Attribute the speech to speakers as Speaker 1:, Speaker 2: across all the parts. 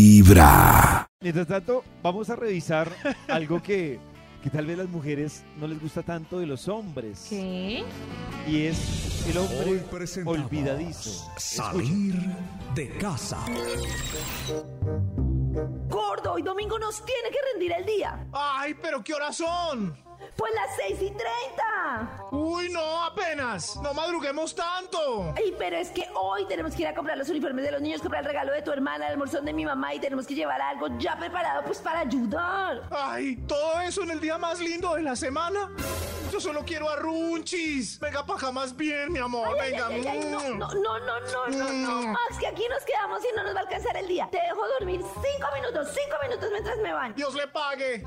Speaker 1: vibra.
Speaker 2: Mientras tanto, vamos a revisar algo que, que tal vez las mujeres no les gusta tanto de los hombres.
Speaker 3: ¿Qué?
Speaker 2: Y es el
Speaker 4: Hoy
Speaker 2: hombre
Speaker 4: presentamos
Speaker 2: olvidadizo.
Speaker 4: Salir de casa.
Speaker 5: Gordo, hoy domingo nos tiene que rendir el día.
Speaker 6: ¡Ay, pero qué horas son!
Speaker 5: Pues las 6 y 30.
Speaker 6: ¡Uy, no, apenas! ¡No madruguemos tanto!
Speaker 5: Ay, pero es que hoy tenemos que ir a comprar los uniformes de los niños, comprar el regalo de tu hermana, el almorzón de mi mamá y tenemos que llevar algo ya preparado pues para ayudar.
Speaker 6: ¡Ay, todo eso en el día más lindo de la semana! Yo solo quiero a Runchis. Venga para acá más bien, mi amor.
Speaker 5: Ay,
Speaker 6: Venga.
Speaker 5: ay, ay, ay, no,
Speaker 6: Mm.
Speaker 5: no, no, no, no, no, no.
Speaker 6: Mm.
Speaker 5: Max, que aquí nos quedamos y no nos va a alcanzar el día. Te dejo dormir cinco minutos, cinco minutos mientras me baño.
Speaker 6: Dios le pague.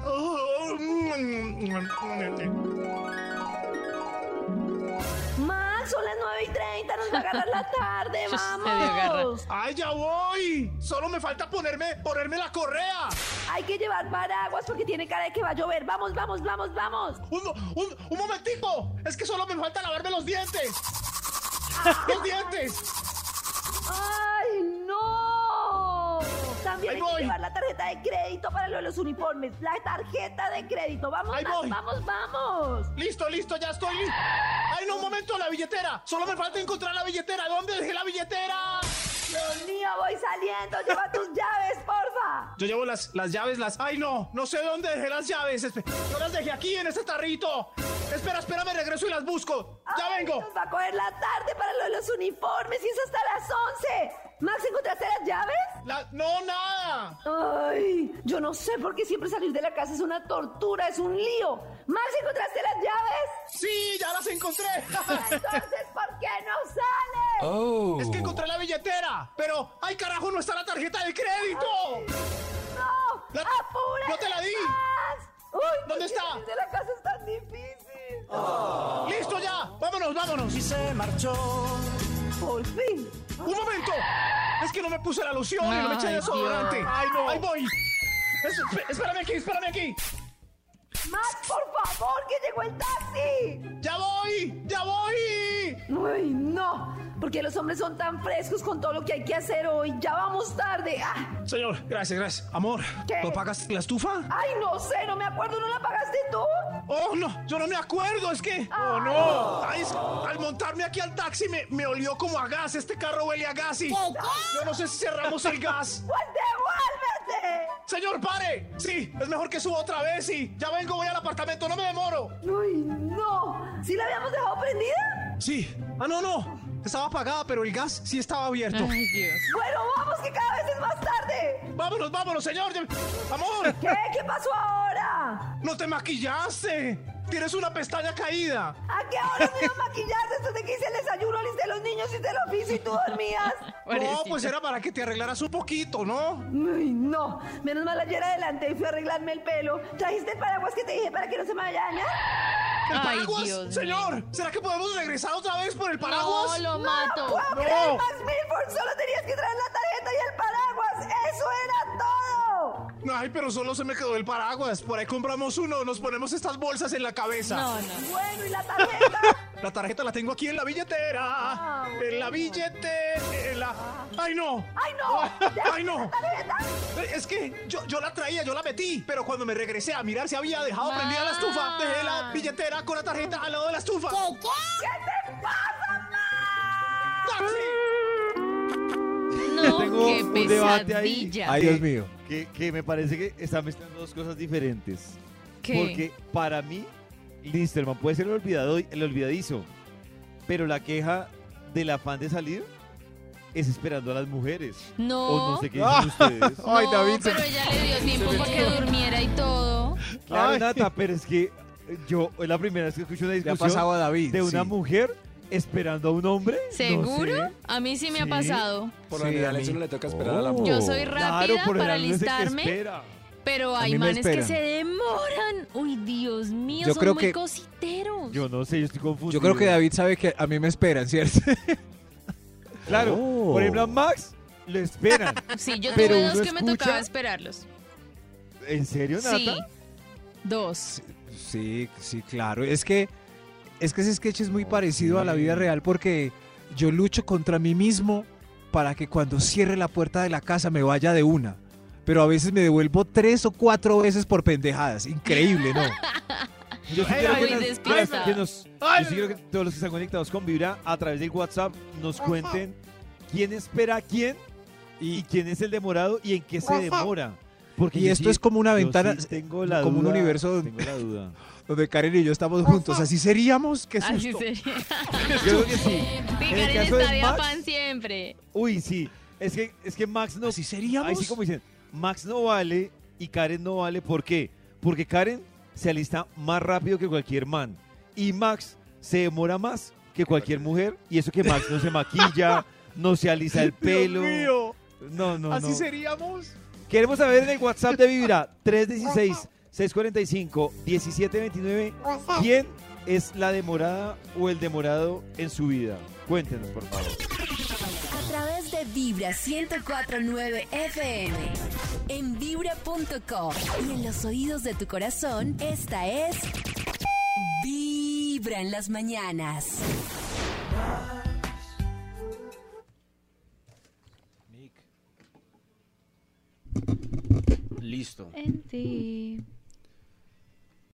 Speaker 5: Max, son las 9 y 30, nos va a agarrar la tarde,
Speaker 3: Dios te dio garra.
Speaker 5: vamos.
Speaker 6: ¡Ay, ya voy! Solo me falta ponerme, ponerme la correa.
Speaker 5: Hay que llevar paraguas porque tiene cara de que va a llover. Vamos, vamos, vamos, vamos.
Speaker 6: Un, mo- un, un momentico. Es que solo me falta lavarme los dientes. Los dientes.
Speaker 5: ¡Ay, no! También
Speaker 6: Ahí
Speaker 5: hay
Speaker 6: voy.
Speaker 5: que llevar la tarjeta de crédito para lo de los uniformes. La tarjeta de crédito. Vamos,
Speaker 6: Ahí
Speaker 5: vamos,
Speaker 6: voy.
Speaker 5: vamos, vamos.
Speaker 6: Listo, listo, ya estoy. li- Ay, no, un momento, la billetera. Solo me falta encontrar la billetera. ¿Dónde dejé la billetera?
Speaker 5: Dios mío, voy saliendo. Lleva tus llaves, porfa.
Speaker 6: Yo llevo las, las llaves, las. Ay, no, no sé dónde dejé las llaves. Espe- Yo las dejé aquí en este tarrito. Espera, espera, me regreso y las busco. Ya
Speaker 5: Ay,
Speaker 6: vengo.
Speaker 5: Nos va a coger la tarde para lo de los uniformes y es hasta las 11. Max, ¿encontraste las llaves?
Speaker 6: La- no, nada.
Speaker 5: Ay, yo no sé por qué siempre salir de la casa es una tortura, es un lío. Max, ¿encontraste las llaves?
Speaker 6: Sí, ya las encontré.
Speaker 5: Entonces, ¿por qué no sales?
Speaker 6: es que encontré la billetera. Pero, ay, carajo, no está la tarjeta de crédito.
Speaker 5: ¡No!
Speaker 6: La-
Speaker 5: ¡Apúrate
Speaker 6: ¡No te la di!
Speaker 5: más! ¡Uy, ¿por qué
Speaker 6: ¿Dónde está? Oh.
Speaker 5: salir de la casa es tan difícil!
Speaker 6: Listo, ya. Vámonos, vámonos.
Speaker 5: ¡Por fin!
Speaker 6: ¡Un momento! Es que no me puse la loción y no me eché
Speaker 3: Ay,
Speaker 6: desodorante.
Speaker 3: Dios.
Speaker 6: ¡Ay, no! ¡Ahí voy! Es- esp- espérame aquí, espérame aquí.
Speaker 5: ¡Max, por favor, que llegó el taxi!
Speaker 6: ¡Ya voy! ¡Ya voy!
Speaker 5: ¡Uy, no! Porque los hombres son tan frescos con todo lo que hay que hacer hoy. ¡Ya vamos tarde! ¡Ah!
Speaker 6: Señor, gracias, gracias. Amor,
Speaker 5: ¿Qué?
Speaker 6: ¿no pagas la estufa?
Speaker 5: ¡Ay, no sé! ¡No me acuerdo! ¿No la pagaste tú?
Speaker 6: ¡Oh, no! Yo no me acuerdo, es que... ¡Oh, no! Ay, es- al montarme aquí al taxi me, me olió como a gas. Este carro huele a gas y... Yo no sé si cerramos el gas.
Speaker 5: ¡Pues devuélvete!
Speaker 6: Señor, pare. Sí, es mejor que suba otra vez y ya vengo, voy al apartamento, no me demoro.
Speaker 5: ¡Uy, no! ¿Sí la habíamos dejado prendida?
Speaker 6: Sí. Ah, no, no. Estaba apagada, pero el gas sí estaba abierto.
Speaker 3: Ay, Dios.
Speaker 5: Bueno, vamos, que cada vez es más tarde.
Speaker 6: Vámonos, vámonos, señor. Lle- Amor,
Speaker 5: ¿Qué? ¿Qué pasó ahora?
Speaker 6: no te maquillaste. Tienes una pestaña caída.
Speaker 5: ¿A qué hora me iba a maquillar después de que hice el desayuno, listé los niños, hice el oficio y tú dormías?
Speaker 6: No,
Speaker 3: Pobrecito.
Speaker 6: pues era para que te arreglaras un poquito, ¿no?
Speaker 5: Ay, no. Menos mal ayer adelante y fui a arreglarme el pelo. ¿Trajiste el paraguas que te dije para que no se me vaya a dañar?
Speaker 6: ¿El
Speaker 3: Ay,
Speaker 6: paraguas?
Speaker 3: Dios
Speaker 6: señor, ¿será que podemos regresar otra vez por el paraguas?
Speaker 3: No, lo
Speaker 5: Ah, ¡No
Speaker 3: mato.
Speaker 5: puedo
Speaker 6: No.
Speaker 5: creer, Max Milford! Solo tenías que traer la tarjeta y el paraguas. ¡Eso era todo!
Speaker 6: Ay, pero solo se me quedó el paraguas. Por ahí compramos uno, nos ponemos estas bolsas en la cabeza.
Speaker 3: No, no.
Speaker 5: Bueno, ¿y la tarjeta?
Speaker 6: La tarjeta la tengo aquí en la billetera.
Speaker 5: Ah,
Speaker 6: En la
Speaker 5: bueno.
Speaker 6: billetera. En la... ¡Ay, no!
Speaker 5: ¡Ay, no! ¿Ya
Speaker 6: ¡Ay, no!
Speaker 5: la tarjeta?
Speaker 6: Eh, Es que yo, yo la traía, yo la metí, pero cuando me regresé a mirar si había dejado prendida la estufa, dejé la billetera con la tarjeta al lado de la estufa.
Speaker 5: ¿Qué te pasa, Max?
Speaker 6: Ah, ¡Taxi!
Speaker 3: No,
Speaker 2: Tengo
Speaker 3: qué
Speaker 2: un debate ahí.
Speaker 3: pesadilla.
Speaker 2: Ay,
Speaker 4: Ay,
Speaker 2: Dios
Speaker 4: Dios mío.
Speaker 2: Que, que me parece que están mezclando dos cosas diferentes.
Speaker 3: ¿Qué?
Speaker 2: Porque para mí, Linsterman puede ser el, olvidado, el olvidadizo, pero la queja del afán de salir es esperando a las mujeres. O
Speaker 3: No.
Speaker 2: no sé qué
Speaker 4: Ah.
Speaker 2: dicen ustedes.
Speaker 4: Ay,
Speaker 3: no,
Speaker 4: David, se-
Speaker 3: Pero ella le dio tiempo para que durmiera y todo.
Speaker 2: Claro,
Speaker 4: Ay.
Speaker 2: Nata, pero es que eh, yo es la primera vez que escucho una
Speaker 4: Le ha
Speaker 2: discusión
Speaker 4: pasado a David.
Speaker 2: de una
Speaker 4: sí.
Speaker 2: mujer esperando a un hombre. No
Speaker 3: ¿Seguro?
Speaker 2: sé.
Speaker 3: A mí sí me ha
Speaker 2: Sí.
Speaker 3: pasado.
Speaker 7: Por lo
Speaker 4: Sí,
Speaker 7: general,
Speaker 4: a mí.
Speaker 7: eso no le toca esperar a la
Speaker 6: Uh,
Speaker 2: Oh.
Speaker 7: mujer.
Speaker 3: Yo soy rápida
Speaker 2: Claro, por
Speaker 3: para
Speaker 2: el alumno es el que
Speaker 3: alistarme.
Speaker 2: espera.
Speaker 3: Pero
Speaker 4: A
Speaker 3: hay
Speaker 4: mí me
Speaker 3: manes que
Speaker 4: esperan.
Speaker 3: se demoran. Uy, Dios mío,
Speaker 4: Yo
Speaker 3: son
Speaker 4: creo
Speaker 3: muy
Speaker 4: que-
Speaker 3: cositeros.
Speaker 2: Yo no sé, yo estoy confundido.
Speaker 4: Yo creo que David sabe que a mí me esperan, ¿cierto?
Speaker 2: Claro,
Speaker 4: Oh.
Speaker 2: por ejemplo a Max lo esperan.
Speaker 3: Sí, yo
Speaker 2: Pero
Speaker 3: tuve
Speaker 2: uno
Speaker 3: dos que me
Speaker 2: escucha-
Speaker 3: tocaba esperarlos.
Speaker 2: ¿En serio, Nata?
Speaker 3: Sí, dos.
Speaker 4: Sí, sí, claro. Es que, es que ese sketch es muy parecido a la vida real porque yo lucho contra mí mismo para que cuando cierre la puerta de la casa me vaya de una. pero a veces me devuelvo tres o cuatro veces por pendejadas. Increíble, ¿no?
Speaker 2: Yo sí
Speaker 6: Ay,
Speaker 2: quiero
Speaker 6: ay,
Speaker 2: que
Speaker 3: ay,
Speaker 2: nos-
Speaker 3: despierta.
Speaker 2: que nos-
Speaker 6: Ay.
Speaker 2: yo sí quiero que todos los que están conectados con Vibra a través del WhatsApp nos cuenten quién espera a quién y quién es el demorado y en qué se demora. Porque
Speaker 4: Y
Speaker 2: yo
Speaker 4: esto
Speaker 2: sí-
Speaker 4: es como una
Speaker 2: yo
Speaker 4: ventana,
Speaker 2: sí tengo la
Speaker 4: como un
Speaker 2: duda,
Speaker 4: universo-
Speaker 2: Tengo la duda.
Speaker 4: donde Karen y yo estamos juntos. Así seríamos, qué
Speaker 3: Así
Speaker 4: susto.
Speaker 3: sería.
Speaker 2: Yo creo que sí.
Speaker 3: Picar en
Speaker 2: caso de
Speaker 3: esta vida
Speaker 2: Max-
Speaker 3: pan siempre.
Speaker 2: Uy, sí. Es que, es que Max no.
Speaker 4: Así seríamos.
Speaker 2: Ahí sí, como dicen, Max no vale y Karen no vale. ¿Por qué? Porque Karen se alista más rápido que cualquier man. Y Max se demora más que cualquier mujer. Y eso que Max no se maquilla, no se alisa el pelo.
Speaker 6: mío,
Speaker 2: No, no,
Speaker 6: así
Speaker 2: no.
Speaker 6: seríamos.
Speaker 2: Queremos saber en el WhatsApp de Vibra 316-645-1729 quién es la demorada o el demorado en su vida. Cuéntenos, por favor.
Speaker 1: A través de Vibra 1049 FM. En vibra.com. Y en los oídos de tu corazón, esta es. Vibra en las mañanas.
Speaker 7: Listo.
Speaker 3: En ti.